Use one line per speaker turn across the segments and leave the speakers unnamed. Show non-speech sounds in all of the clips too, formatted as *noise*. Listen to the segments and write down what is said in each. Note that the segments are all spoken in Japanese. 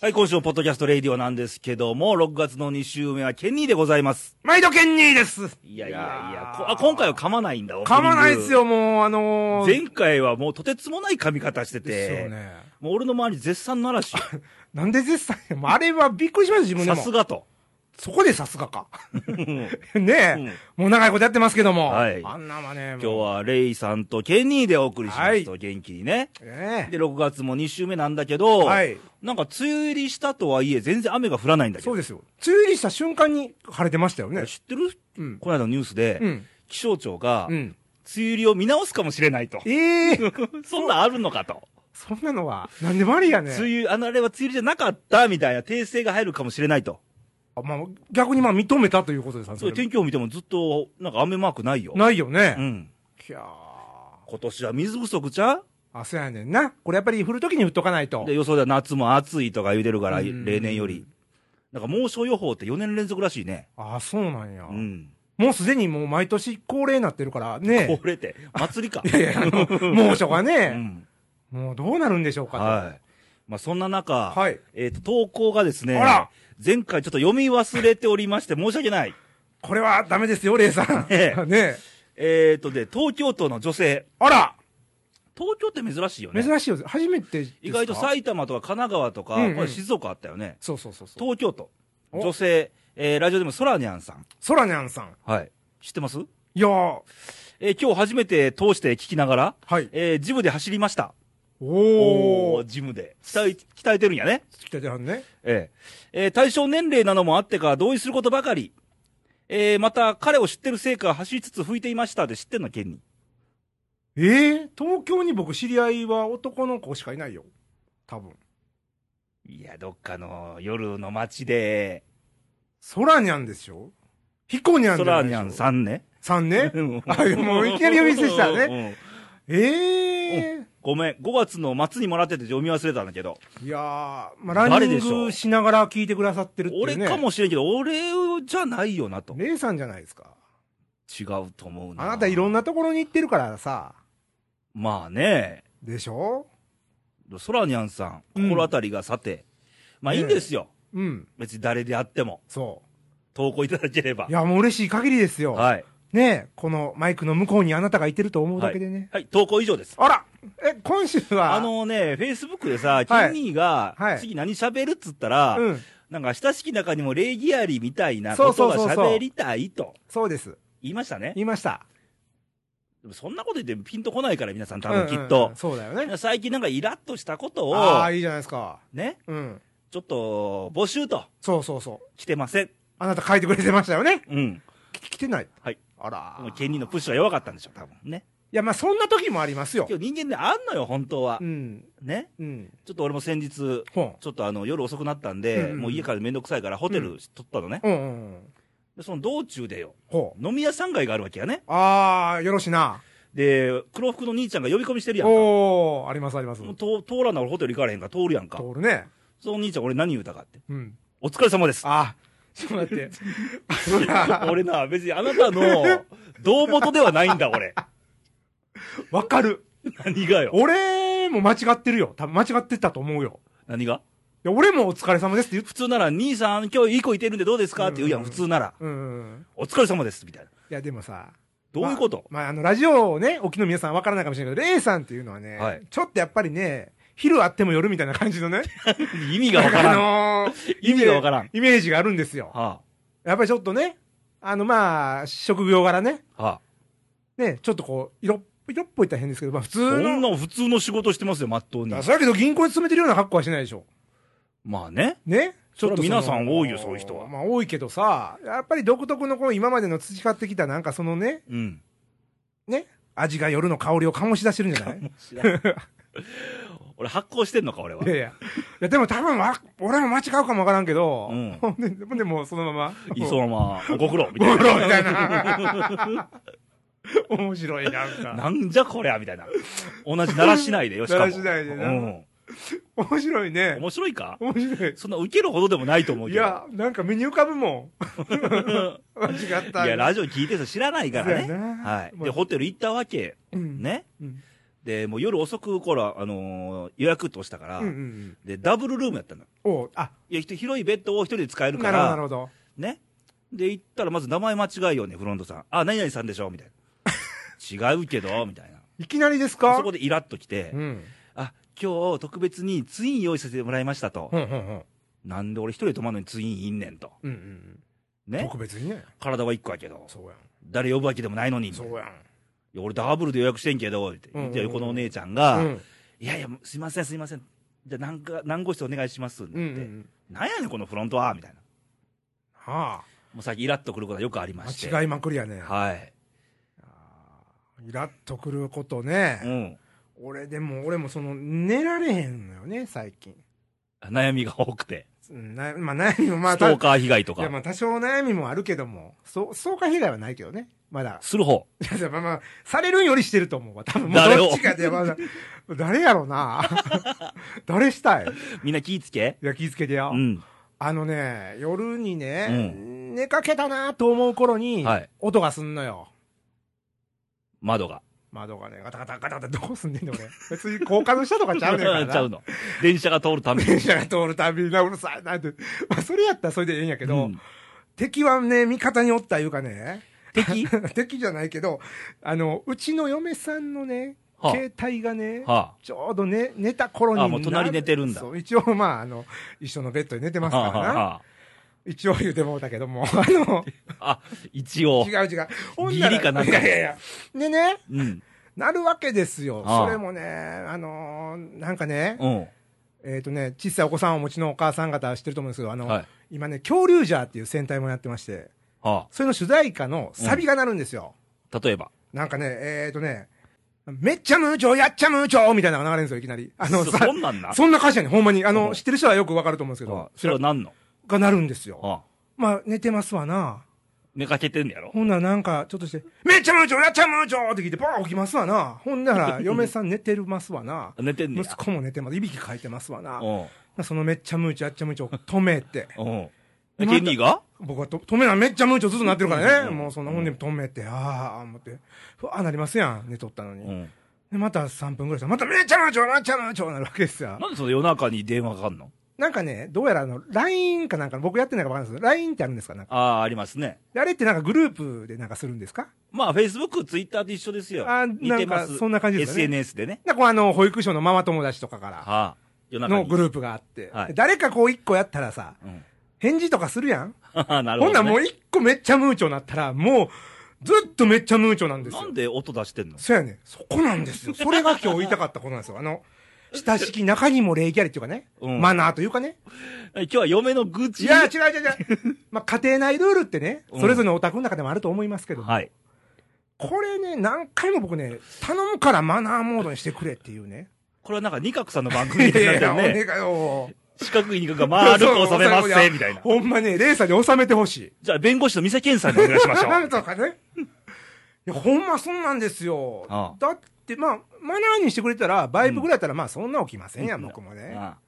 はい、今週のポッドキャストレイディオなんですけども、6月の2週目はケニーでございます。
毎度ケンニーです
いやいやいや、こあ今回は噛まないんだ、オープニン
噛
グ
まないっす。よ、もう、あのー。
前回はもうとてつもない噛み方して
ですよ
て、
ね。
もう俺の周り絶賛の嵐、
なんで絶賛、もうあれはびっくりしました、自分で
さ
も
す。がと。
そこでさすがか。 *laughs*
*laughs* 今
ねえ、
うん
もう長いことやってますけども。
はい
あんなはね、もう
日。はレイさんとケニーでお送りしますと、
は
元気にね。
ねえ
で、6月も2週目なんだけど、
はい
なんか梅雨入りしたとはいえ全然雨が降らないんだけ
そ
ど
う。ですよ。梅雨入りした瞬間に晴れてましたよね。
知ってる、
うん
この間のニュースで、
うん。
気象庁が、
う
梅
ん。
雨入りを見直すかもしれないと。
ええ
*laughs* そんなんあるのかと。
そんなのは、なんでもありやね。
梅雨、あの、あれは梅雨入りじゃなかったみたいな訂正が入るかもしれないと。
あまあ、逆にまあ認めたということですよ
それ
それ
天気予報見てもずっと、なんか雨マークないよ。
ないよね。
うん。
いやー
今年は水不足ちゃう
あ、そうやねんな。これやっぱり降るときに降っとかないと
で、。予想では夏も暑いとか言うてるから、
うん
例年より。なんか猛暑予報って4年連続らしいね。
あ、そうなんや。
うん。
もうすでにもう毎年恒例になってるからね
こ。れって、祭
*laughs*
りか。 *laughs*
いやいや、あの、猛暑が
う
ね、
ん。
もうどうなるんでしょうかと。
はい。まあ、そんな中、
はい
えっ、と、投稿がですね
あら、
前回ちょっと読み忘れておりまして、申し訳ない。
これはダメですよ、
*laughs*
レイさん。
ええ
*laughs* ねえ
えっ、とで、東京都の女性。
あら
東京って珍しいよね。
珍しいよ。初めてですか
意外と埼玉とか神奈川とか、
うんうん
これ静岡あったよね。
そうそうそうそう。
東京都、
お
女性、えーラジオでもソラニャンさん。
ソラニャンさん。
はい。知ってます
いやー、
えー今日初めて通して聞きながら、
はい。
えージムで走りました。
おー。
ジムで。鍛え、鍛えてるんやね。
北ちゃんね。
えええー対象年齢なのもあってか、同意することばかり。えーまた、彼を知ってるせいか、走りつつ吹いていましたで知ってんの、ケンに。
えー、東京に僕知り合いは男の子しかいないよ。多分。
いや、どっかの夜の街で、
ソラニャンでしょヒコニャン
ソラニャン
ん。
さんね。
さん
*laughs*
ね。
うん
*laughs* あもういきなり呼び捨てしたね
うん
ええ
ごめん、5月の末にもらってて読み忘れたんだけど。
いやー、まあ、ランニ
誰でし
ン
ょう
グしながら聞いてくださってるっていうね。
俺かもしれんけど、俺じゃないよなと。
レイさんじゃないですか。
違うと思うな。
あなたいろんなところに行ってるからさ。
まあね、
でしょ
ソラニャンさん、
うん
心当たりがさて、まあいいんですよ。
うん。
別に誰であっても、
そ
投稿いただければ
う。い。や、もう嬉しい限りですよ。
はい。
ねえ、このマイクの向こうにあなたがいてると思うだけでね。
はい、投稿以上です。
あらえ、今週は
あ、のね、フェイスブックでさ、ケ
はい
ニーが
はい、
次何喋るっつったら、
うん。
なんか親しき中にも礼儀ありみたいなことが
そうそうそうそう
喋りたいと
そうです。
言いましたね。
言いました。
でもそんなこと言ってピンとこないから皆さん多
う
分
ん
きっ
う
と
ん。そうだよ
*laughs*
ね。
最近なんかイラッとしたことを、
ああ、いいじゃないですか。
ね、
うん。
ちょっと募集と
そうそうそう。
来てません。
あなた書いてくれてましたよね。
うん。
き来てない。
はい。
あら。
もう権利のプッシュが弱かったんでしょ、多分ね。
いや、まあ、そんな時もありますよ。
今日人間であんのよ、本当は
う。ん。
ね。
うん。
ちょっと俺も先日、
ほん。
ちょっとあの夜遅くなったんで、
うん
もう家からめんどくさいからホテ
う
ル取ったのね。
うんうんうん。
で、その道中でよ、
ほう。
飲み屋3階があるわけやね。
ああ、よろしいな。
で、黒服の兄ちゃんが呼び込みしてるやんか。も
おおありますあります。
う通通らんな俺ホテル行かれへんから通るやんか。
通るね。
その兄ちゃん俺何言うたかって。
うん。
お疲れ様です。
あ、ちょっと
*laughs*
待って。そら
俺な、別にあなたの胴元ではないんだ、
*laughs*
俺。
わかる。
何がよ。
俺も間違ってるよ。多分間違ってたと思うよ。
何が
いや、俺もお疲れ様ですって言って。
普通なら、兄さん、今日いい子いてるんでどうですかって言うやん、
うん
普通なら。
うん。
お疲れ様です、みたいな。
いや、でもさ。
どういうこと、
まあ、まあ、あの、ラジオをね、お聞きの皆さんわからないかもしれないけど、レイさんっていうのはね、
はい
ちょっとやっぱりね、昼あっても夜みたいな感じのね、
意味がわからん。は
あのー
*laughs* 意味がわからん
イメージがあるんですよ。
あ、
やっぱりちょっとね、あの、まあ、職業柄ね、
はあ。
ね、ちょっとこう、色、色っぽいったら変ですけど、まあ普通
そ
の。
んな普通の仕事してますよ、まっとうに
あ。そやけど銀行に勤めてるような格好はしないでしょ。
まあね。
ね
それは
その
皆さん多いよそういう人は
まあ多いけどさ、やっぱり独特のこの今までの培ってきたなんかそのね、 *laughs*
うん。
ね、味が夜の香りを醸し出してるんじゃない。
*laughs* 知らん俺発行してんのか、俺はい
やいや。いやでも多分わ、俺も間違うかもわからんけど、
うん
ででもでもそのまま。
いそのまま、ご苦労、み
ご
たい
苦労
な。
みたいな。 *laughs* 面白いなんか。
なんじゃこりゃ、みたいな。同じ奈良市内でよ、しかも。
奈良市内でな
うん。
面白いね。
面白いか
面白い。
そんな受けるほどでもないと思う
い
けど。
や、なんか目に浮か
*laughs*
ぶもん。間違った。
いや、ラジオ聞いてる人知らないから
そうや
ね。
な
はい。
ま
で、
あ
ホテル行ったわけ。
うん
ね。
うん
で、もう夜遅く頃、あのー予約としたから、
うんうんうん。
で、ダブルルームやったの。
おうあ、
いや、ひと広いベッドを一人で使えるか
なるほど、
ら、
なるほど。
ね。で、行ったらまず名前間違いよね、フロントさん。あ、何々さんでしょみたい
*laughs*
な。違うけど、みたいな。
いきなりですか
そこでイラッときて、
うん。
あ、今日特別にツイン用意させてもらいましたと。
うん、うん、うん。
なんで俺一人で泊まるのにツインいんねんと。
うんうんうん、
ね。
特別にね。
体は一個やけど、
そうやん。
誰呼ぶわけでもないのに。
そうやん。
いや俺ダブルで予約してんけど、って言って
うんうんうん
横のお姉ちゃんが、
うん
いやいや、すいません、すいません。じゃあ、なんか、何号室お願いしますって
うん
言
うん
っ
う
て、
ん。
なんやねん、このフロントは、みたいな。
は
もう最近イラッとくることはよくあり
あ。
まして。
間違いまくりやね。
はい。
イラッとくることね。
うん。
俺でも、俺もその、寝られへんのよね、最近。
悩みが多くて。
うんなまあ、悩みも、まあ、
スト
た
ーカー被害と
いや、
か。
まあ、多少悩みもあるけども、そう、そうか被害はないけどね。まだ。 *laughs*
する方。
いやまあまあ、されるんよりしてると思うわ。多分、もう
誰を
どっちかで、まだ、誰やろうな。 *laughs* 誰したい
みんな気ぃつけ
いや、気ぃつけてよ。
うん。
あのね、夜にね、
う
寝かけたなと思う頃に、
はい
音がすんのよ。
窓が。
窓がね、ガタガタガタガタ、どこすんねんねん、俺。別に高架の下とか
*laughs*
ち
ち
ゃうねんからな。
ゃうの。電車が通るために。
電車が通るたびにな、うるさいなって。まあ、それやったらそれでええんやけど、
うん
敵はね、味方におったいうかね、 *laughs*
敵
敵じゃないけど、あの、うちの嫁さんのね、
はあ
携帯がね、
は
ちょうどね、寝た頃にな。
あもう隣寝てるんだ
そう、一応まあ、あの、一緒のベッドで寝て
あ。
ます
は
から
あは
な。
あは
一応言うてもうたけども、あ *laughs* の、
あ。あ、一応
違。う違う。ほんなら
ギリかなんか
いやいやいや。でね、
うん。
なるわけですよ。
ああ
それもね、あのーなんかね、
うん。
えっ、とね、小さいお子さんをお持ちのお母さん方は知ってると思うんですけど、あの、
はい
今ね、恐竜ジャーっていう戦隊もやってまして、
は
それの主題歌のサビが鳴るんですよ。
あ。例えば。
なんかね、えっ、とね、めっちゃムーチョ、やっちゃムーチョみたいなのが流れるんですよ、いきなり。あの、
そ
さ
そんなんな。
そんな歌詞やねんほんまに。あ
うん
の、知ってる人はよくわかると思うんですけ
はあ
ど、
それは何の
が鳴るんですよ。
はあ。
まあ、寝てますわな。
寝かけてんのやろ
ほんならなんか、ちょっとして、めっちゃムーチョ、やっちゃムーチョって聞いて、バーン起きますわな。ほん
*laughs*。
なら、嫁さん寝てるますわな
寝てんね
息
や。
子も寝てます。いびきかいてますわな。
うん。
そのめっちゃムーチョ、やっちゃムーチョを止めて。
うん。
また
ケニーが
僕はと止めな、めっちゃムーチョずっとなってるからね。
うん
もうそんな本で止めて、ああ、思って。ふわーなりますやん、寝とったのに。
うん。
で、また3分ぐらいしたら、まためっちゃムーチョ、なっちゃムーチョなるわけですよ。
なんでその夜中に電話かかんの
なんかね、どうやらあの、LINE かなんか、僕やってないからわかんないですけど、LINE ってあるんですかなんか。
ああ、ありますね。
であれってなんかグループでなんかするんですか
まあ、フェイスブック、ツイッターと一緒ですよ。
あ
似てま
なん
す。
かそんな感じですよね
SNS でね。
なんかこうあの、保育所のママ友達とかから。
はあ。夜中
の
に。
グループがあって、
はい
誰かこう一個やったらさ、
うん。
返事とかするやん、
*laughs* なる
ほ
ほ
んな
ど、
ら
ね。
もう一個めっちゃムーチョになったら、もう、ずっとめっちゃムーチョなんです
な
よ
ん。で音出してんの *laughs*
そうやねんそこなんですよ。それが今日言いたかったことなんですよ。あの、親しき中にも礼儀ありっていうかね、
うん
マナーというかね。
今日は嫁の愚痴。
いや、違う違う違う。まあ、家庭内ルールってね、
うん
それぞれのお宅の中でもあると思いますけど、
はい。
これね、何回も僕ね、頼むからマナーモードにしてくれっていうね。
これはなんか、二角さんの番組み *laughs* たいになってる
いや
ね。
いやお願いよ。
四角い二角が丸く収めます
そうそう
せ、
そう
みたいな。
ほんまね、レーサーに収めてほしい。
じゃあ、弁護士の三崎健さんにお願いしましょ
*laughs* なん
う。
とかね。いや、ほんまそうなんですよ。
ああ
だって、まあ、マナーにしてくれたら、バイブぐらいやったら、まあ、そんな起きませんや、
うん
ん、僕もね。
ああ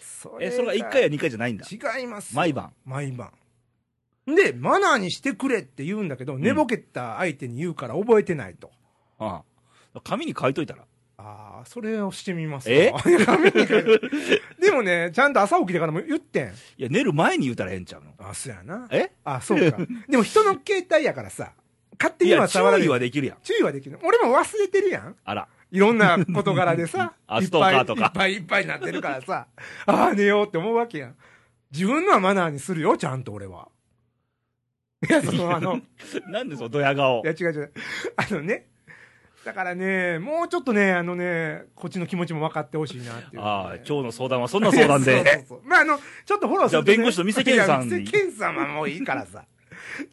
そ
え、それが一回や二回じゃないんだ。
回違います。
毎。晩。
毎晩。で、マナーにしてくれって言うんだけど、寝ぼけた相手に言うから覚えてないと。
ああ紙に書いといたら。
ああ、それをしてみますわ
え
紙に書 *laughs* いてでもね、ちゃんと朝起きてからも言って
い
ん。
や、寝る前に言うたらええんちゃうの。
あ、そうやな。
え
あ、そうか。でも人の携帯やからさ、勝手
い
に
や、
は触ら
注
れ
意
る
はできるやん。
注意はできる。俺も忘れてるやん。
あら。。
いろんな事柄でさ
*laughs* あ
いっぱい
ストーカーとか
いっぱいいっぱいになってるからさ。ああ、寝ようって思うわけやん。自分のはマナーにするよ、ちゃんと俺は。いや、そ
*laughs*
の、あの、い
なんでそのドヤ顔。
や、違う違う。あのね。だからね、もうちょっとね、あのね、こっちの気持ちも分かってほしいなっていう、
ああ、
日
今日の相談はそんな相談で。
*laughs* そうそうそうまあ、あの、ちょっとフォローすると、ね。
じゃあ弁護士の店健さんに
いや店健さんはもういいからさ。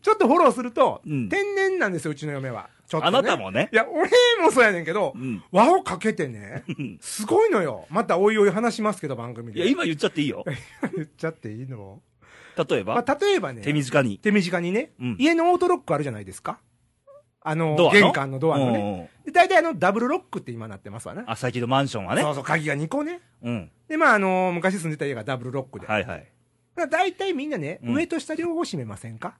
ちょっとフォローすると、
うん
天然なんですよ、うちの嫁は。ちょっと、
あ
ね。
なたもね。
いや、俺もそうやねんけど、
うん
輪をかけてね、すごいのよ。またおいおい話しますけど、番組
い
で。
や、今言っちゃっていいよ。
言っちゃっていいの
例えば、
まあ、例えばね、
手短に。
手短にね、
うん
家のオートロックあるじゃないですか。あの、
ドアの
玄関のドアのね。
ね。
で大体あの、ダブルロックって今なってますわね。
あ、先のマンションはね
そ。うそう、鍵が2個ね。
うん。
で、まあ、あの昔住んでた家がダブルロックで。
はいはい。
だい、大体みんなね、
うん
上と下両方閉めませんか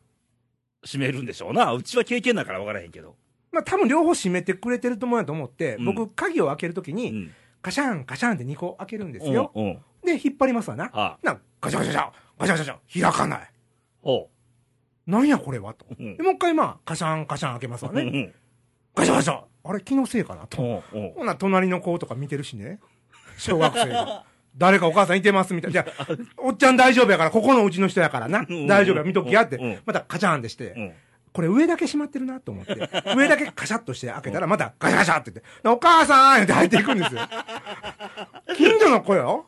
閉めるんでしょうな。うちは経験だから分からへんけど。
まあ多分両方閉めてくれてると思うなと思って、
うん
僕、鍵を開けるときに、
ん。
カシャン、カシャンって2個開けるんですよ。
うん。うん
で、引っ張りますわな。
は
な、ガチャガチャガチャ、ガチャガチャガチャ、開かない。
ほ
なんやこれはと。
う。うん
で、もう一回まあ、カシャン、カシャン開けますわ
うんう
ね。
ん。
ガチャガチャ、あれ気のせいかなと。
ほう。
ほな、隣の子とか見てるしね。小学生
*laughs*
が。誰かお母さんいてますみたいな。じゃあ、おっちゃん大丈夫やから、ここのうちの人やからな
うん。
大丈夫や、見ときやっ
うんうん
て。またカチャンってし
う
て、
ん。
これ上だけ閉まってるなと
*laughs*
思って。上だけカシャッとして開けたら、またガシャガシャって言って、お母さんって入っていくんで
*laughs*
すよ。近所の子よ。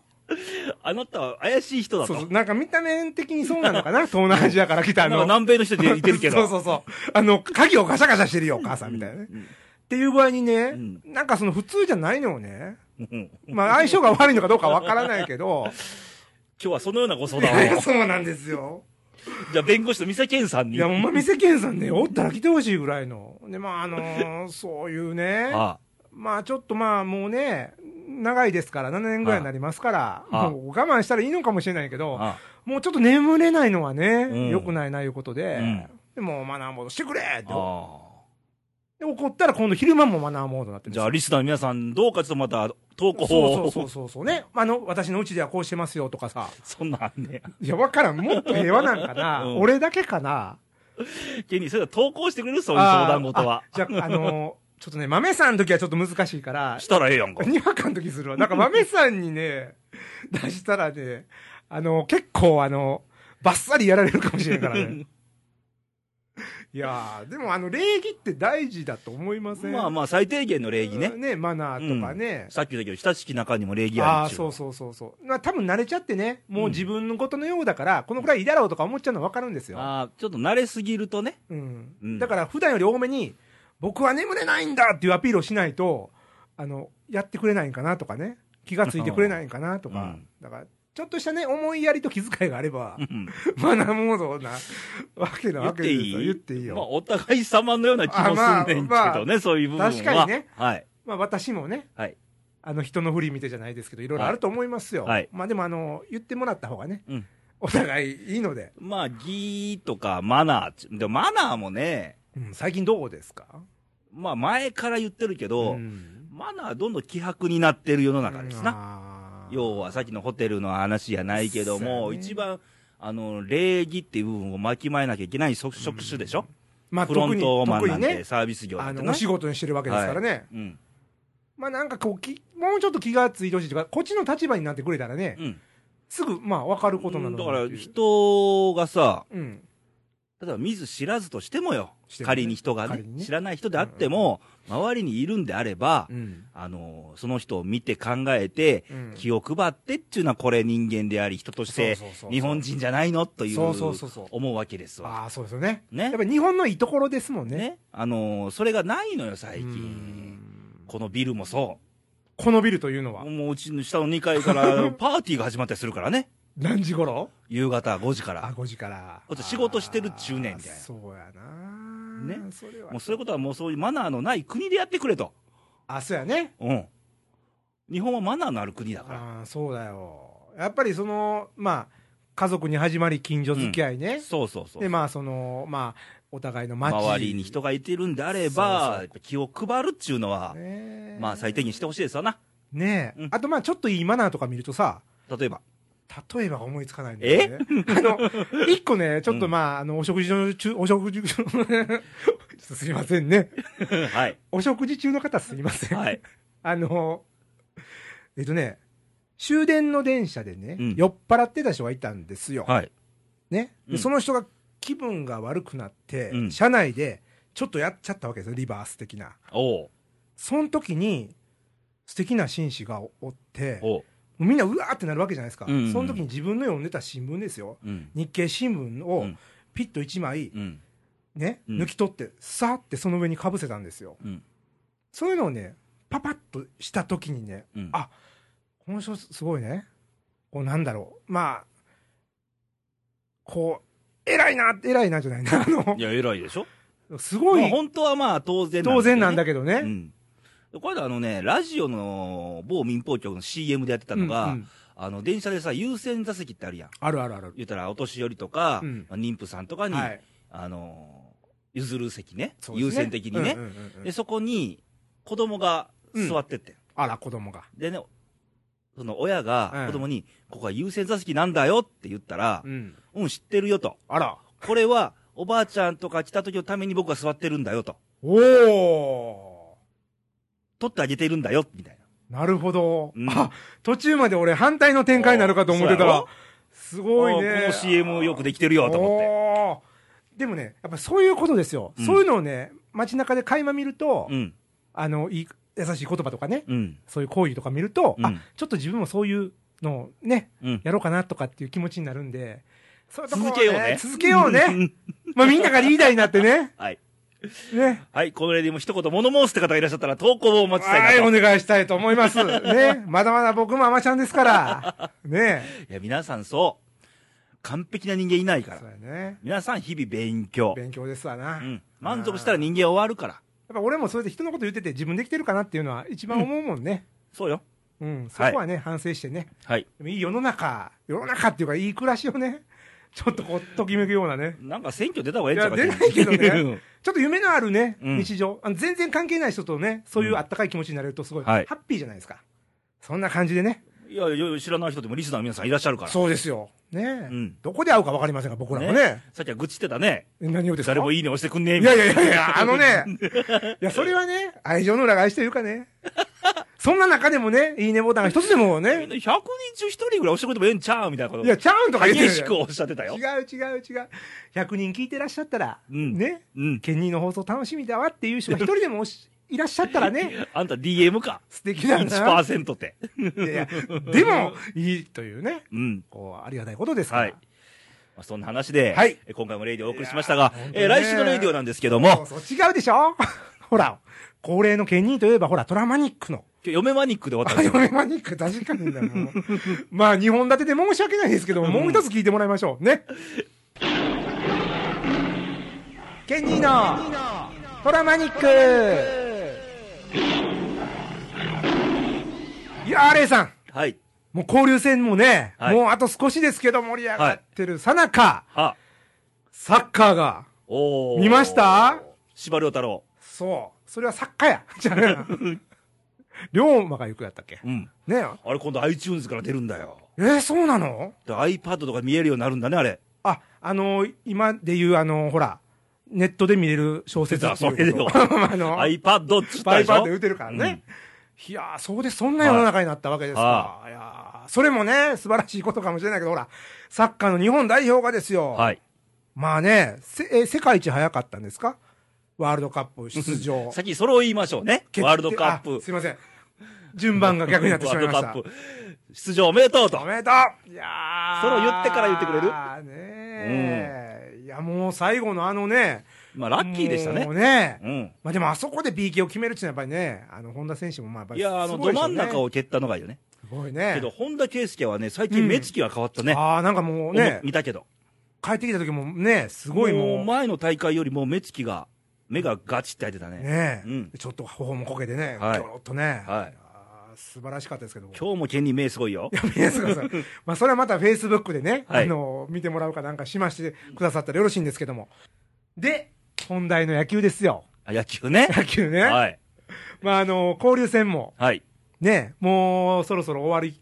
あなたは怪しい人だ
そう
と
そ。う。なんか見た目的にそうなのかな東南アジアから来た
なんか
の。
南米の人でいてるけど。
*laughs* そうそうそう。あの、鍵をガシャガシャしてるよ、お母さんみたいなね。っていう具合にね
ん、
なんかその普通じゃないのよね。
うん
まあ相性が悪いのかどうかわからないけど。
今日はそのようなご相
い
談
やい
を
や。そうなんですよ。
じゃあ弁護士の三崎健さん
い
に。
や、ほんま、店健さんね、おったら来てほしいぐらいの。で、まあ、あのーそういうね、
あ
まあ、ちょっとまあ、もうね、長いですから、7年ぐらいになりますから、
ああ
もう我慢したらいいのかもしれないけど、
あ。
もうちょっと眠れないのは
うん
ね、良、くないな、いうことで、
うん
でもうマナーモードしてくれって
あ、あ。
で怒ったら今度昼間もマナーモードになってるん
じ
です
ゃ
よ
あ、リスナーの皆さん、どうかちょっとまた、投稿を。
そうそうそうそうそうね。あの、私のうちではこうしてますよとかさ。
*laughs* そんなんあんね。
いや、わからん。もっと平和なんかな。
*laughs* うん
俺だけかな。
ケニー、それは投稿してくれるそういう相談事は。
あー。あじゃあ、あのーちょっとね、豆さんの時はちょっと難しいから、
したらええやんか。
にわかの時するわ。なんか豆さんにね、出したらね、あのー結構あのーバッサリやられるかもしれんか
*laughs*
らね。いやー、でもあの、礼儀って大事だと思いません
まあまあ、最低限の礼儀ね。
ね、マナーとかね。
さっきだけど、親しき中にも礼儀あるっ
ああー
ちゅ
そうそうそうそう、まあ、多分慣れちゃってね、もう自分のことのようだから、このくらいいいだろうとか思っちゃうの分かるんですよ、
ああ、ちょっと慣れすぎるとね。
うん
うん
だから普段より多めに、僕は眠れないんだっていうアピールをしないと、あのやってくれないんかなとかね、気がついてくれないんかなとか、
うん
だからちょっとしたね、思いやりと気遣いがあれ
*laughs*
ば
う、ん
マナーモードなわけ
言
な
っ
わけ
て
です
い
よ、
い
言っていいよ。
まあ、お互い様のような気もすんねんけ
あ
ど
ま
ね、そういう部分は。
確かにね。
はい。
まあ私もね、
はい
あの人の振り見てじゃないですけど、いろいろあると思いますよ。
はいはい
まあでもあの、言ってもらった方がね、
うん
お互いいいので、
まあ、義とかマナーっちゅ、でもマナーもね、
うん最近どうですか
まあ前から言ってるけど、
ん
マナーどんどん希薄になってる世の中ですな。
な
要はさっきのホテルの話じゃないけども、
そうやね
一番、あの、礼儀っていう部分を巻きまえなきゃいけない職職種でしょ、
まあ
フロ
特
ン
に、
トマン
特
な
に
んて、
ね、
サービス業な
あ
んて
の、
な
お仕事にしてるわけですからね。
うん。
まあなんかこうき、もうちょっと気がついてほしいというか、こっちの立場になってくれたらね、
うん。
すぐ、まあ分かることなの
だ
か
か
な
ら
っていう
人がさ、
うん。
例えば見ず知らずとしてもよ、
してもね
仮に人がね
仮にね
知らない人であっても、周りにいるんであれば、
うん。
あの、その人を見て考えて、
うん
気を配ってっていうのはこれ人間であり、人として
そうそうそうそう
日本人じゃないのという
そうそうそうそう
思うわけですわ。
ああ、そうですよね。
ね
やっぱり日本のいいところですもんね。
ね。あのーそれがないのよ、最
う
近。
ん
このビルもそ
このビルというのは
う。、もううちの下の2階
*laughs*
からパーティーが始まったりするからね。
何時頃
夕方5時か
あ、
ら。
5時から。
あと仕事してる中年みたいな
あーそうやな。
ね
それは。
もうそういうことはもうそういうマナーのない国でやってくれと。
あ、そうやね。
うん。日本はマナーのある国だから。
あーそうだよ。やっぱりその、まあ、家族に始まり近所付き合いね。
そうそうそう。
で、まあ、その、まあ、お互いの街。
周りに人がいてるんであれば、
そうそう
やっぱ気を配るっちゅうのは、
ね
まあ最低限してほしいですわな。
ねえ、
うん
あとまあ、ちょっといいマナーとか見るとさ、
例
*laughs*
えば。
例えば思いつかないんだよね。あの、一個ね、ちょっとまあ、あの、お食事の中、お食事中、ち *laughs* ょっとすいませんね。
はい。
お食事中の方すいません。 *laughs*
はい。
あの、えっとね、終電の電車でね、
うん
酔っ払ってた人がいたんですよ。
はい。
ね、で
うん
その人が気分が悪くなって、
うん
車内でちょっとやっちゃったわけですよ、リバース的な。
おう。
その時に、素敵な紳士がおおって、
おう。
みんなうわーってなるわけじゃないですか。
うんうんうん
その時に自分の読んでた新聞ですよ。
うん。
日経新聞
う
を
ん
ピッと1枚
うん。
ね、
うん
抜き取って、さーってその上にかぶせたんですよ。
うん。
そういうのをね、パパッとした時にね、
うん。
あこの人すごいね、こうなんだろう、まあ、こう、偉いな、偉いなじゃないな、あ
い
の、
や、偉いでしょ
すごい
まあ、本当はまあ当然
当然なんだ
け
けど
う
ね。
ん。でこれであのね、ラジオの某民放局の CM でやってたのが、
うんうん
あの、電車でさ、優先座席ってあるやん。
あるあるある。
言ったら、お年寄りとか、
うん
まあ妊婦さんとかに、
はい。
あの譲る席ね。
そうですね
優先的にね、
うんうんうんう
で、
ん
そこに、子供が座ってって。
あら、子供が。
でね、その親が
うん
子供に、ここは優先座席なんだよって言ったら、
うん。
うん、知ってるよと。
あら。
これは、おばあちゃんとか来た時のために僕は座ってるんだよと。
お
取ってあげてるんだよ、みたいな。
ー。なるほど、
うん
*laughs* あ、途中まで俺反対の展開になるかと思ってた
あ
ら
そ、
すごい
あ
ね。
この CM よくできてるよ、と思って。
思って。でもね、やっぱそういうことですよ。
うん
そういうのをね、街中で垣間見ると、
うん、
あの、いい優しい言葉とかね、
うん、
そういう行為とか見ると、
うん
あ、ちょっと自分もそういうのをね、
うん。
やろうかなとかっていう気持ちになるんで、そういうとこを
続けようね。
続けよう
*laughs*
ね。
ん。
まあみんながリーダーになってね。
はい。
ね。
はい、これでも一言物申すって方がいらっしゃったら投稿をお待ちしたいな
は
と
い、お願いしたいと思います。ね。まだまだ僕もアマちゃんですから。ね。
いや、皆さんそう。完璧な人間いないから
そ。うやね。
皆さん日々勉強。
勉強ですわな。
う
やっ
ん。満足したら人間終わるから。
ぱ俺もそれで人のこと言ってて自分できてるかなっていうのは一番思うもんね。
そうよ。
うん。そこはね、反省してね。
はい。
でもいい世の中、世の中っていうかいい暮らしをね、ちょっとこう、ときめくようなね。
なんか選挙出た方がええんちゃうか
いや出ないけどね
うん
ちょっと夢のあるね、
うん
日常。あの全然関係ない人とね、そういうあったかい気持ちになれるとすごい、
はい
ハッピーじゃないですか。そんな感じでね。
*laughs* いやいや、知らない人でもリスナーの皆さんいらっしゃるから。
そうですよ。ねえ、
ん
どこで会うか分かりませんが、僕らもね。
さっきは愚痴ってたね。
何をですか
誰もいいね押してくんねえ
い
みた
や
い
い
な。
やいやいや、あ
*laughs*
のね、いや、それはね、愛情の裏返しというかね、そんな中でもね、いいねボタンが一つでもね、
100人中1人ぐらい押してくれてもええんちゃうみたいなこと。
いや、ちゃうんとか言って
激
る
しくおっしゃってたよ。
違う違う違う。100人聞いてらっしゃったら、
うん
ね、
うん。
ケニーの放送楽しみだわっていう人が一人でもおしいらっしゃったら
*laughs*
ね、
あんた DM か。
素敵だな。
1%って。 *laughs*
いやいや、でも、いいというね、
うん。
こう、ありがたいことですから。
はい。まあ、そんな話で、
はい
え今回もレイディをお送りしましたが、
い
えー
やー本当ね
来週のレイディオなんですけど
そ
も
う、そう、違うでしょ *laughs* ほら、恒例のケニーといえば、ほら、トラマニッ
*laughs*
クの、
今日嫁マニックで終わったん
あ
です
れ
よ。
はマニック、確かにだもう *laughs* まあ、2本立てで申し訳ないですけども、もう一つ聞いてもらいましょう。ね。ケニーの、トラマニック。いやー、レイさん。
はい。
もう交流戦もね、
はい
もうあと少しですけど盛り上がってるさなか、
は、
サッカーが、
おー
見ました
司馬遼太郎。
そう、それはサッカーや。じゃあね、龍馬が行くやったっけ
うん。
ね
あれ今度 iTunes から出るんだよ。
え、えーそうなの
で iPad とか見えるようになるんだね、あれ。
あ、あのー今で言う、あのーほら、ネットで見れる小説っていう
それ
*laughs*
でよ
ことあの、
iPad っつった
バ
で
イ
しょ
バーで打てるからね。いやー、そうです、そんな世の中になったわけですか。、
はい
やーそれもね、素晴らしいことかもしれないけど、ほら、サッカーの日本代表がですよ。
はい。
まあね、せえー世界一早かったんですかワールドカップ出場。
先にそれを言いましょうね。
決定
ワールドカッ
あ
プ
す。いません。順番が逆になってしまいま
*laughs*
し
ワ
た
ール。ドカップ。出場おめでとうと
お。めでとういやー
それを言ってから言ってくれる
ねえ、いや、もう最後のあのね、
まあ、ラッキーでした
も
ね
う。ね。
うん。
まあでもあそこで PK を決めるっていうのはやっぱりね、あの、本田選手もまあやっぱ
い
り
や、あ
す
の、
ご
ど
いでしょ
真
うね
ん中を蹴ったのがいいよね。
すごいね。
けど、本田圭佑はね、最近目つきは変わったね。
ああ、なんかもうね
思、見たけど。
帰ってきた時もね、すごいもう、
前の大会よりも目つきが、目がガチって開いてたね。
ねえ、
うん
ちょっと頬もこけてね、
はい
ギョロッとね、
はい
あー素晴らしかったですけども。
今日もケニー目すごいよ。
いやそうそうまあ、それはまたフェイスブックでね、
はい
あの、見てもらうかなんかしましてくださったらよろしいんですけども。で、本題の野球ですよ。
あ野球ね。
野球ね。
はい。
まあ、あの、交流戦も、
はい。
ね、もうそろそろ終わり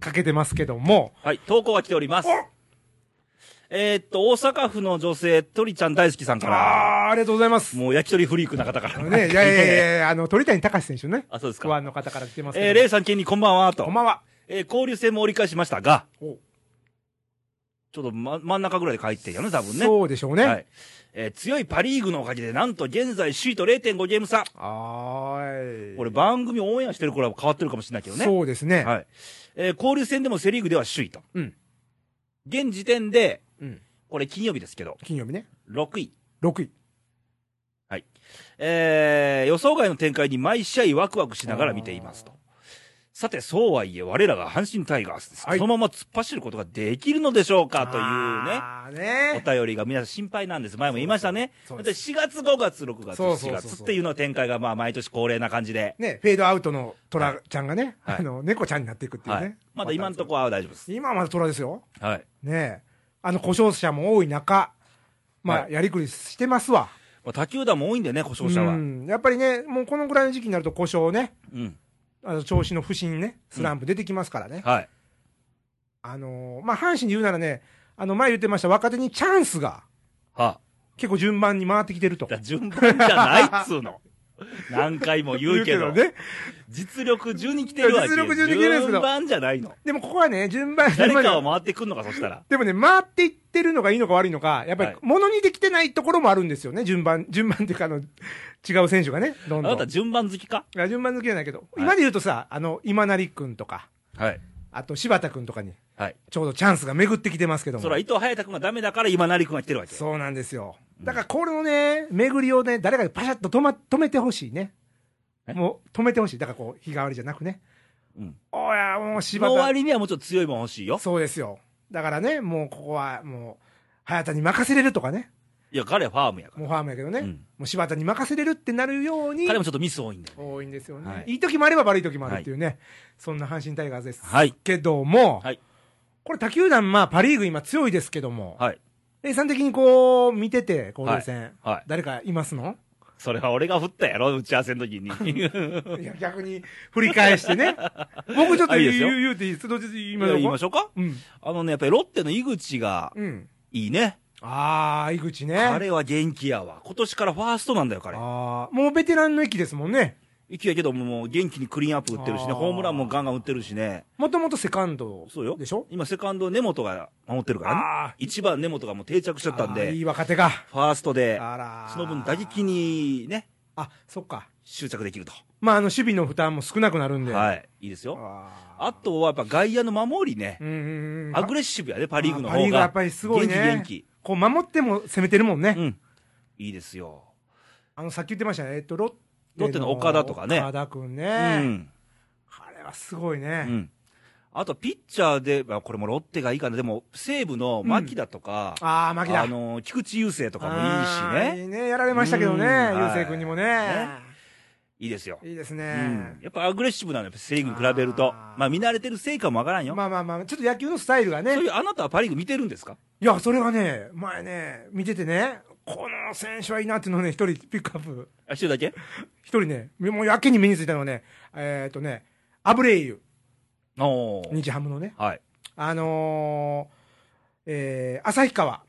かけてますけども、
はい。投稿が来ております。えーっと、大阪府の女性、鳥ちゃん大好きさん
あ
から、
あー、ありがとうございます。
もう焼き鳥フリークな方から。
ね、いやいやいやいや、あの、鳥谷隆選手
*laughs*
ね、
あ、そうです
不
か。
安の方から来てますけども。
えー、レイさん、ケニー、こんばんは、と
こん。ばんは。
えー交流戦も折り返しましたが、
お
ちょっと、ま、真ん中ぐらいで帰ってんやね、多分ね。
そうでしょうね。
はい。えー強いパリーグのおかげで、なんと現在首位と0.5ゲーム差。
はーい。
これ番組オンエアしてる頃は変わってるかもしれないけどね。
そうですね。
はい。えー交流戦でもセリーグでは首位と。
うん。
現時点で、
うん。
これ金曜日ですけど、
金曜日ね。
6位。
6位。
えー予想外の展開に毎試合ワクワクしながら見ていますと。さて、そうはいえ、我らが阪神タイガースです。
はい
そのまま突っ走ることができるのでしょうかという
あー
ね、 *laughs* お便りが皆さん心配なんです。前も言いましたね。だ
そう
っ
で
て4月、5月、6月、
そうそう
7
そうそう
月っていうの展開が、まあ、毎年恒例な感じで。
ね、フェードアウトの虎ちゃんがね、
はい
あの、猫ちゃんになっていくっていうね。
はい。まだ今のとこは大丈夫です。
今はまだ虎ですよ。
はい。
ねえあの、故障者も多い中、まあ、
は
やりくりしてますわ。
まあ、他球団も多いんでね、故障者は。う。
うんんやっぱりね、もうこのぐらいの時期になると故障ね、あの調子の不振ね、スランプ出てきますからね。
はい。
あのーまあ、阪神で言うならね、あの、前言ってました若手にチャンスが
は
結構順番に回ってきてると
あ、。だ順番じゃないっつう
*laughs*
の。何回も言うけど、
ね。
実力順に来てるわけ
実力順に来てるんですけど
順番じゃないの。
でもここはね、順番、
誰か
順番
は
に
回ってくんのか、そしたら。
でもね、回っていってるのがいいのか悪いのか、やっぱ
は
り
い
物にできてないところもあるんですよね、順番、 *laughs* 順番っていうか、あの、違う選手がね、ど
あ
んど。
なんた
い
順番好きか
や順番抜きじゃないけど、
い
今で言うとさ、あの、今成君とか、
はい。
あと柴田君とかに、
はい。
ちょうどチャンスが巡ってきてますけども。
そら、伊藤隼太君がダメだから今成君が来てるわけ。
そうなんですよ。だからこれのね、巡りをね、誰かがパシャッと止,、ま、止めてほしいね。
え
もう止めてほしい。だからこう、日替わりじゃなくね。
うん。
おや、もう柴
の
田。
割にはもうちょっと強いもん欲しいよ。
そうですよ。だからね、もうここはもう、早田に任せれるとかね。
いや、彼はファームやか
もうファームやけどね。
うん
もう柴田に任せれるってなるように
ら。、彼もちょっとミス多いんだよ。
多いんですよね、
はい
い。い時もあれば悪い時もあるっていうね。そんな阪神タイガースです。
はい。
けども、
はい
これ他球団、まあパリーグ今強いですけども、
はい。
レイさん的にこう、見てて、交流戦、
はい。
誰かいますの *laughs*
それは俺が振ったやろ、打ち合わせの時に。
いや、逆に振り返して
*laughs*
ね。僕ちょっと
あいいで
言う
すよ
言う言うていいですどっちで言いましょ
言
う
い
か
ましょうか
うん。
あのね、やっぱりロッテの井口が
うん。
いいね。
あー、井口ね。あ
彼は元気やわ。今年からファーストなんだよ、彼。
あーもうベテランの域ですもんね。
勢いけども、もう元気にクリーンアップ打ってるしね、
あー
ホームランもガンガン打ってるしね。
もともとセカンド
そうよ。
でしょ
今、セカンド根本が守ってるからね。
あ
一番根本がもう定着しちゃ
ー
ったん
あーい
で、
い若手が。
ファーストで、
あらー
その分打撃。にね、
あ、そっか。
執着できると。
まあ、あの、守備の負担も少なくなるんで。い。
はい。いいですよ。
あ
あとはやっぱ外野の守りね
ー。う。んうんうん。
アグレッシブやね、パリーグの
あパリ
方
ーグ
が。
やっぱりすごいね
元気
こう、守っても攻めてるもんね。
元気。うん。いいですよ。
あの、さっき言ってましたね。えっと、ロッテ
ロッテの岡田とかね
岡田くん
う
ね。
ん。
あれはすごいうね。
ん。あと、ピッチャーで、まあ、これもロッテがいいかな。でも、西武の牧田とか、
ああ、牧田。
あの、菊池雄星とかも
あ
いいし
ーい
ね。
いね、やられましたけどね、
うん
ゆ
は
う
い
せい君にもね
ねいいですよ。
いいです
う
ね
ん。。やっぱアグレッシブなのよ、西武に比べると
あ。ー
まあ、見慣れてる成果もわからんよ。
まあまあまあ、ちょっと野球のスタイルが
そう
ね。
いう、あなたはパリーグ見てるんですか
いや、それがね、前ね、見ててね、この選手はいいなっていうのをね、一人ピックアップ。
あ、一人だけ
一人ね、もうやけに目についたのはね、えっ、とね、アブレイユ、
おー
日ハムのね、
はい。
あのー、えー、旭川、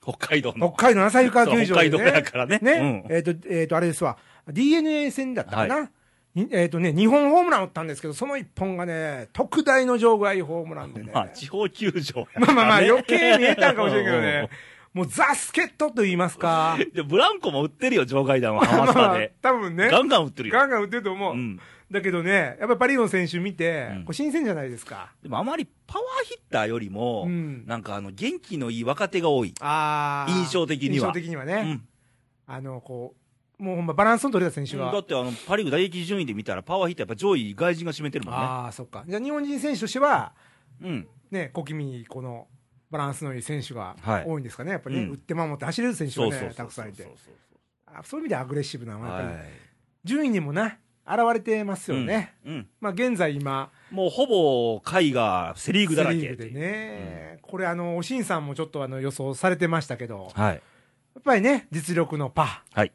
北海道
北
の。
海道の旭川球場で、ね。
そう北海道やからね
ね
うん
えっ、と、えっ、と、あれですわ。DNA 戦だったかな。にえっ、とね、2本ホームラン打ったんですけど、その1本がね、特大の場外ホームランでね。
まあ、地方球場やから
ま
ね
あまあまあ、余計見えたんかもしれんけどね。もうザ・スケットと言いますか。
で、ブランコも売ってるよ、場外弾は。
ま
ハ
あ
マス
*laughs* ま
タ
あ
で、。
多分ね。
ガンガン売ってるよ。
ガンガン打ってると思う。
うん。
だけどね、やっぱりパリの選手見て、
うん
こう新鮮じゃないですか。
でもあまりパワーヒッターよりも、
うん
なんかあの、元気のいい若手が多い。
あー
印象的には
印象的にはね。
うん。
あの、こう、もうほんまバランスの取れた選手は。
だってあの、パリーグ打撃順位で見たら、パワーヒッターやっぱ上位外人が占めてるもんね。
ああ、そっか。じゃあ日本人選手としては、
うん。
ね、小気味にこのバランスのいい選手が
はい
多いんですかね、やっぱりね、
うん
打って守って走れる選手
そう
が
そう
ね、
そ
た
う
くさ
そ
ん
う
いて
そう。そう
あそういう意味ではアグレッシブなのは、やっぱり、
は
順位にもな、現れてます
い。
よね。
うん。うん。
まあ、現在今、
もうほぼ、海がセリーグだらけ。
セリーグでね、これ、あの、おしんさんもちょっとあの予想されてましたけど、や
はい。
っぱりね、実力のパー、
はい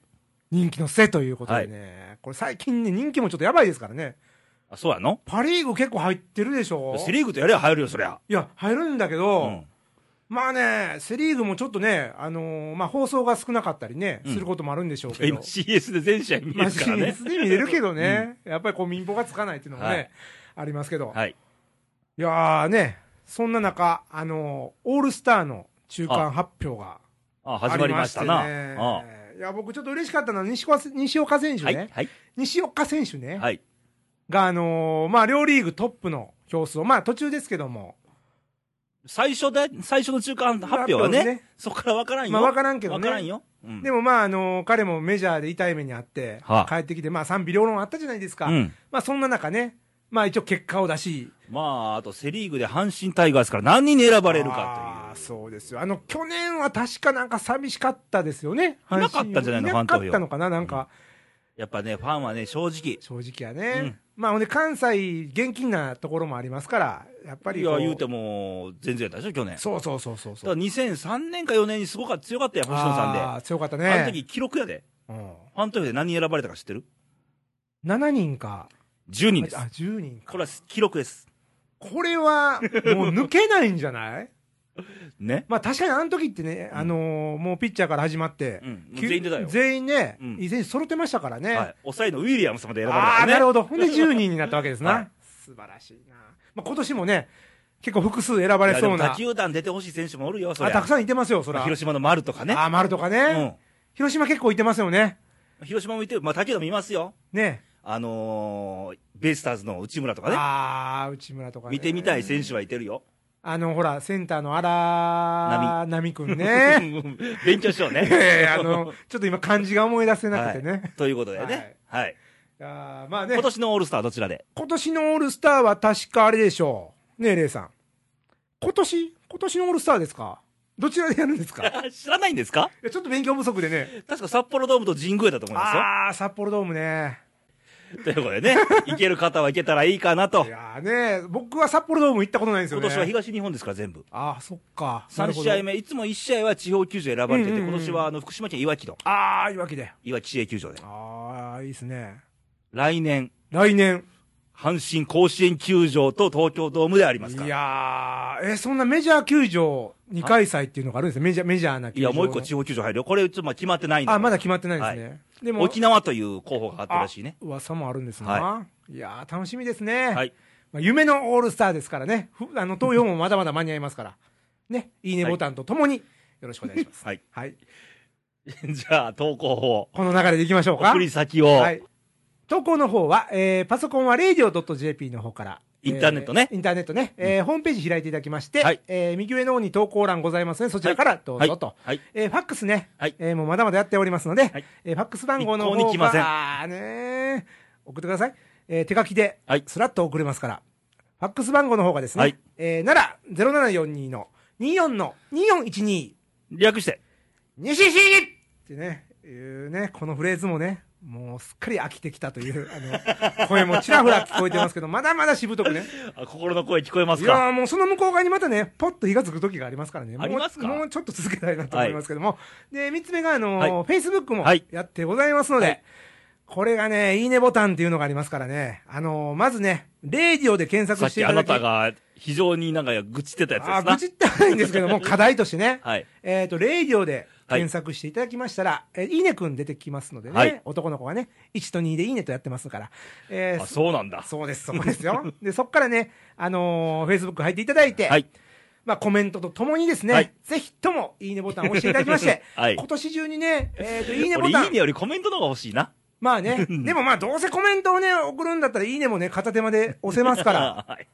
人気の背ということでね、これ最近ね、人気もちょっとやばいですからね、
あ、そうやの
パ・リーグ結構入ってるでしょ。
セリーグとやれば入るよ、そりゃ。
いや、入るんだけど、
うん。
まあね、セ・リーグもちょっとね、あのーまあ、放送が少なかったりね、
うん
することもあるんでしょうけど、
今 CS で全試合見
ま
れ
あ、
るからね。
CS で見れるけどね、やっぱりこう民放がつかないっていうのもね、
はい
ありますけど、い、
はい。
やーね、そんな中、あのーオールスターの中間発表が
あ、
あ
始ま
り
りま
ま
し
して
た
ね、
な。あ
いや、僕ちょっと嬉しかったのは西岡、西岡選手
は
ね、
い。はい。
西岡選手ね、
はい。
が、あのーまあ、両リーグトップの票数を、まあ、途中ですけども、
最初だ、最初の中間発表は
発表
ね
ね、
そこから分からんよ。
まあ、わからんけどね。
分からんよ。うん
でもまあ、あの彼もメジャーで痛い目にあって、
はあ
帰ってきて、まあ、賛否両論あったじゃないですか、
うん
まあ、そんな中ね、まあ、一応結果を出し、
まあ、あとセ・リーグで阪神タイガースから何人に選ばれるか
あーそうですよ、あの去年は確かなんか寂しかったですよね、
いなかったんじゃないの
阪神いなかったのかな、なんか、
という。やっぱね、ファンはね、正直。
正直やね、まあ、ほんで関西、現金なところもありますから、やっぱり
い
こ
や、言うても、全然やったでしょ、去年。
そうそうそうそう
だ
そ
から
う。
2003年か4年にすごか強かったよ、星野さんで。
あー強かったね。
あの時、記録やで。
うん、
ファン投票で何選ばれたか知ってる
7人か。
?10 人です
あ、。10人か。
これは記録です。
これは、もう抜けないんじゃない
ね。
まあ確かにあの時ってね、あのーもうピッチャーから始まって
う、ん。もう
急
全員出たよ。
全員ね、
うん
いい選手揃ってましたからね。
はい。抑えのウィリアムスまで選ばれた
あ
か
あ、
ら
なる
ね。
ほど。ほんで10人になったわけですな。
はい
素晴らしいな。まあ今年もね、結構複数選ば
い
れ
やで
そ
も
うな。
他球団出てほしい選手もおるよ、そ
あ
れ。
たくさんいてますよ、そら。
広島の丸とかね。
あー丸とかね、広島結構いてますよね。
うん。広島もいてる。まあ、他球団もいますよ。
ね。
あのー、ベイスターズの内村とかね。
ああ、内村とか、ね。
見てみたい選手はいてるよ。
あの、ほら、センターの荒波くんね。
*laughs* 勉強しようね。
ええあの、ちょっと今漢字が思い出せなくてね。
ということでね。はい。
あーまあね
今、年のオールスターどちらで *laughs*
今年のオールスターは確かあれでしょう。ねえ、レイさん。今年今年のオールスターですかどちらでやるんですかい
知 *laughs* らないんですか
やちょっと勉強不足でね。
確か札幌ドームと神宮だと思いますよ。
ああ、札幌ドームね。
ということでね、行ける方は行けたらいいかなと
い。やーね、僕は札幌ドーム行ったことないんですよ
今
ね。
年は東日本ですから全部。
ああ、そっか。
3試合
目。
目、いつも1試合は地方球場選ばれて
うん
て、
うんうん
今年はあの福島県いわきの、
ああ、いうわけで。
いわき市営球場で。
ああ、いいですね。
来年、
来年。
阪神甲子園球場と東京ドームでありますから。
い
いや、
やー、え、そんなメジャー球場2開催っていうのがあるんですね。メジャー、メジャーな球場の。
もう一個地方球場入るよ。これ、ちょっとまあ決まってないんで。
あ、まだ決まってないですね。でも、
沖縄という候補があったらしいね。
噂もあるんですな。、
はい
やー、楽しみですね。
はい。
まあ、夢のオールスターですからね。ふあの、東洋もまだまだ間に合いますから。ね、いいねボタンとともに、よろしくお願いします。
はい。 *laughs*
はい。
じゃあ、投稿を。
この流れでいきましょうか。
送り先を。
はい。投稿の方は、えーパソコンは radio.jp の方から。
インターネットね
えインターネットね。えーホームページ開いていただきまして、
はい
えー右上の方に投稿欄ございますね。そちらからどうぞと。
はい。
えーファックスね。
はい
えーもうまだまだやっておりますので、
はい
えーファックス番号の方
一向に来ません
あーねー送ってください。えー手書きで
はい、
スラッと送れますから。ファックス番号の方がですね、
はい
えーなら、0742の24の2412。
略して。
西シってね、いうね、このフレーズもね、もうすっかり飽きてきたという、あの、声もちらほら聞こえてますけど、まだまだしぶとくね。
あ心の声聞こえます
い
か
やーもうその向こう側にまたね、ポッと火がつく時がありますからね。もう
ありますか
もうちょっと続けたいなと思いますけども。で、三つ目が、あの
はい
ー、Facebook も
はい
やってございますので、
はい
これがね、いいねボタンっていうのがありますからね。あのー、まずね、レーディオで検
さ
索
っ
してい
き
た
あ
だ
な
き
たが非常になんか愚痴ってたやつ
あー、
です
愚痴ってはないんですけども、課題としてね。
な。 *laughs* はい。
えっ、と、レイディオで検索していただきましたら、い、えーいいねくん出てきますのでね、
はい
男の子はね、1と2でいいねとやってますから、えー
あ、そうなんだ。
そうです、そうですよ。で、そこからね、あのー、Facebook 入っていただいて、
はい。
まあ、コメントとともにですね、
はい
ぜひともいいねボタンを押していただきまして、
*laughs* はい
今年中にね、えっ、と、いいねボ
*laughs* 俺、い
タ
い
ン
ね、よりコメントの方が欲しいな。
まあね、でもまあ、どうせコメントをね、送るんだったら、いいねもね、片手間で押せます
*laughs*
から、
はい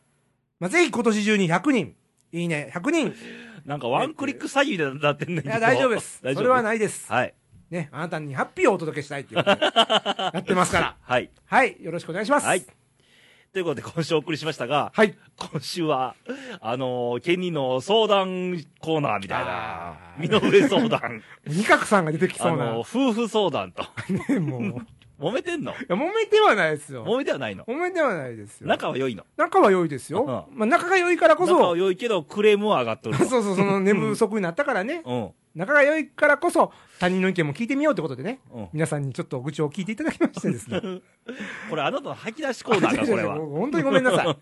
まあ、ぜひ今年中に100人、いいね、100人、
なんかワンクリック詐欺でなってんねんけ
い
ど。
や、大丈夫です。それはないです。
はい。
ね、あなたにハッピーをお届けしたいってい
*laughs*
うことでやってますから。
はい。
はい、よろしくお願いします。
はい。ということで、今週お送りしましたが、
はい。み
今週は、あのー、ケニーの相談コーナーみたいな、身の上相
*laughs*
談、
二角さんが出てき
あ
そうな。
のー、夫婦相談と。
ね、もう。い
揉めてんの
や、揉めてはないですよ。
揉めてはないの
揉めてはないですよ。
仲は良いの
仲は良いですよ。まあ、仲が良いからこ
仲は
そ、
良いけど、クレームは上がっと
*laughs*
る
そうそう、その寝不足になったからね。
の。
仲が良いからこそ、他人の意見も聞いてみようってことでね。
うん。うん。
皆さんにちょっと愚痴を聞いていただきましてですね。
これ、 *laughs* あなたの吐き出しコーナーか、これは。
*laughs* 本当にごめんなさい。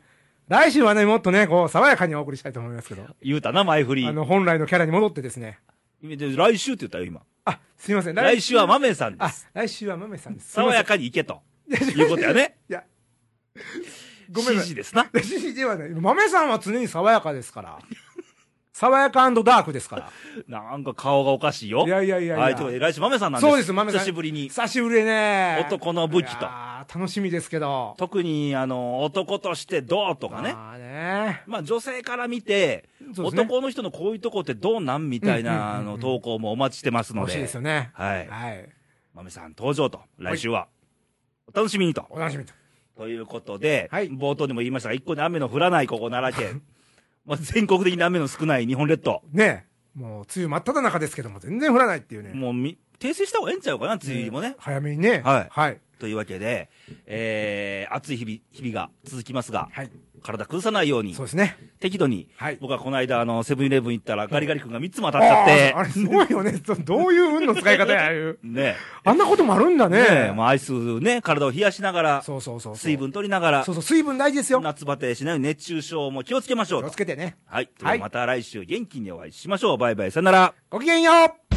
来週はね、もっとね、こう、爽やかにお送りしたいと思いますけど。
言うたな、前振り
あ。の、本来のキャラに戻ってですね。
で来週って言ったよ、今。
あ、すいません。
来週は豆さんで
あ
す。、
来週は豆さんです。
爽や
か。
かに行けと。いうことやね。
いや、ご
指
めんなさ
示
い。
ですな。
指 *laughs* 示ではない。豆さんは常に爽やかですから。爽やかダークですか
なんか顔がおかしいよ。
ら。いやいやいやいや。
はい、ということで、来週、豆さんなんです。
そうです、豆さん。
久しぶりに。
久しぶりね。
男の武器と
いやー楽しみですけど。
特に、あの、男としてどうとかね。
まあね。
まあ、女性から見て、
そうですね
男の人のこういうとこってどうなんみたいな、あの、投稿もお待ちしてますの
欲しい
で
です。よね。
はい。
はい。
豆さん登場と。来週は。お楽しみにと。
お楽しみと。
ということで、
はい
冒頭でも言いましたが、一個に雨の降らないここ奈良県。 *laughs* まあ、全国的に雨の少ない日本列島。
ねもう、梅雨真っ只中ですけども、全然降らないっていうね。
もうみ、訂正した方がええんちゃうかな、梅雨入りもね。
早めにね。
はい
はい。
というわけで、えー、暑い日々、日々が続きますが、
はい。
体崩さないように
そう、ですね。
適度に、
はい
僕はこの間、あの、セブンイレブン行ったら、ガリガリ君が3つも当たっちゃって
あー、あれすごいよね。どどういう運の使い方や、ああいう。
ね
あんなこともあるんだ
え、ねえ、
ね。
まあ、アイスね、体を冷やしながら、
そうそうそうそう。
水。分取りながら
そ、うそう、水分大事ですよ。
夏バテしないように熱中症も気をつけましょ
気
う
を
と
つ。けてね。
はい。
はい
また来週元気にお会いしましょう。バイバイ、さよなら。
ごきげんよう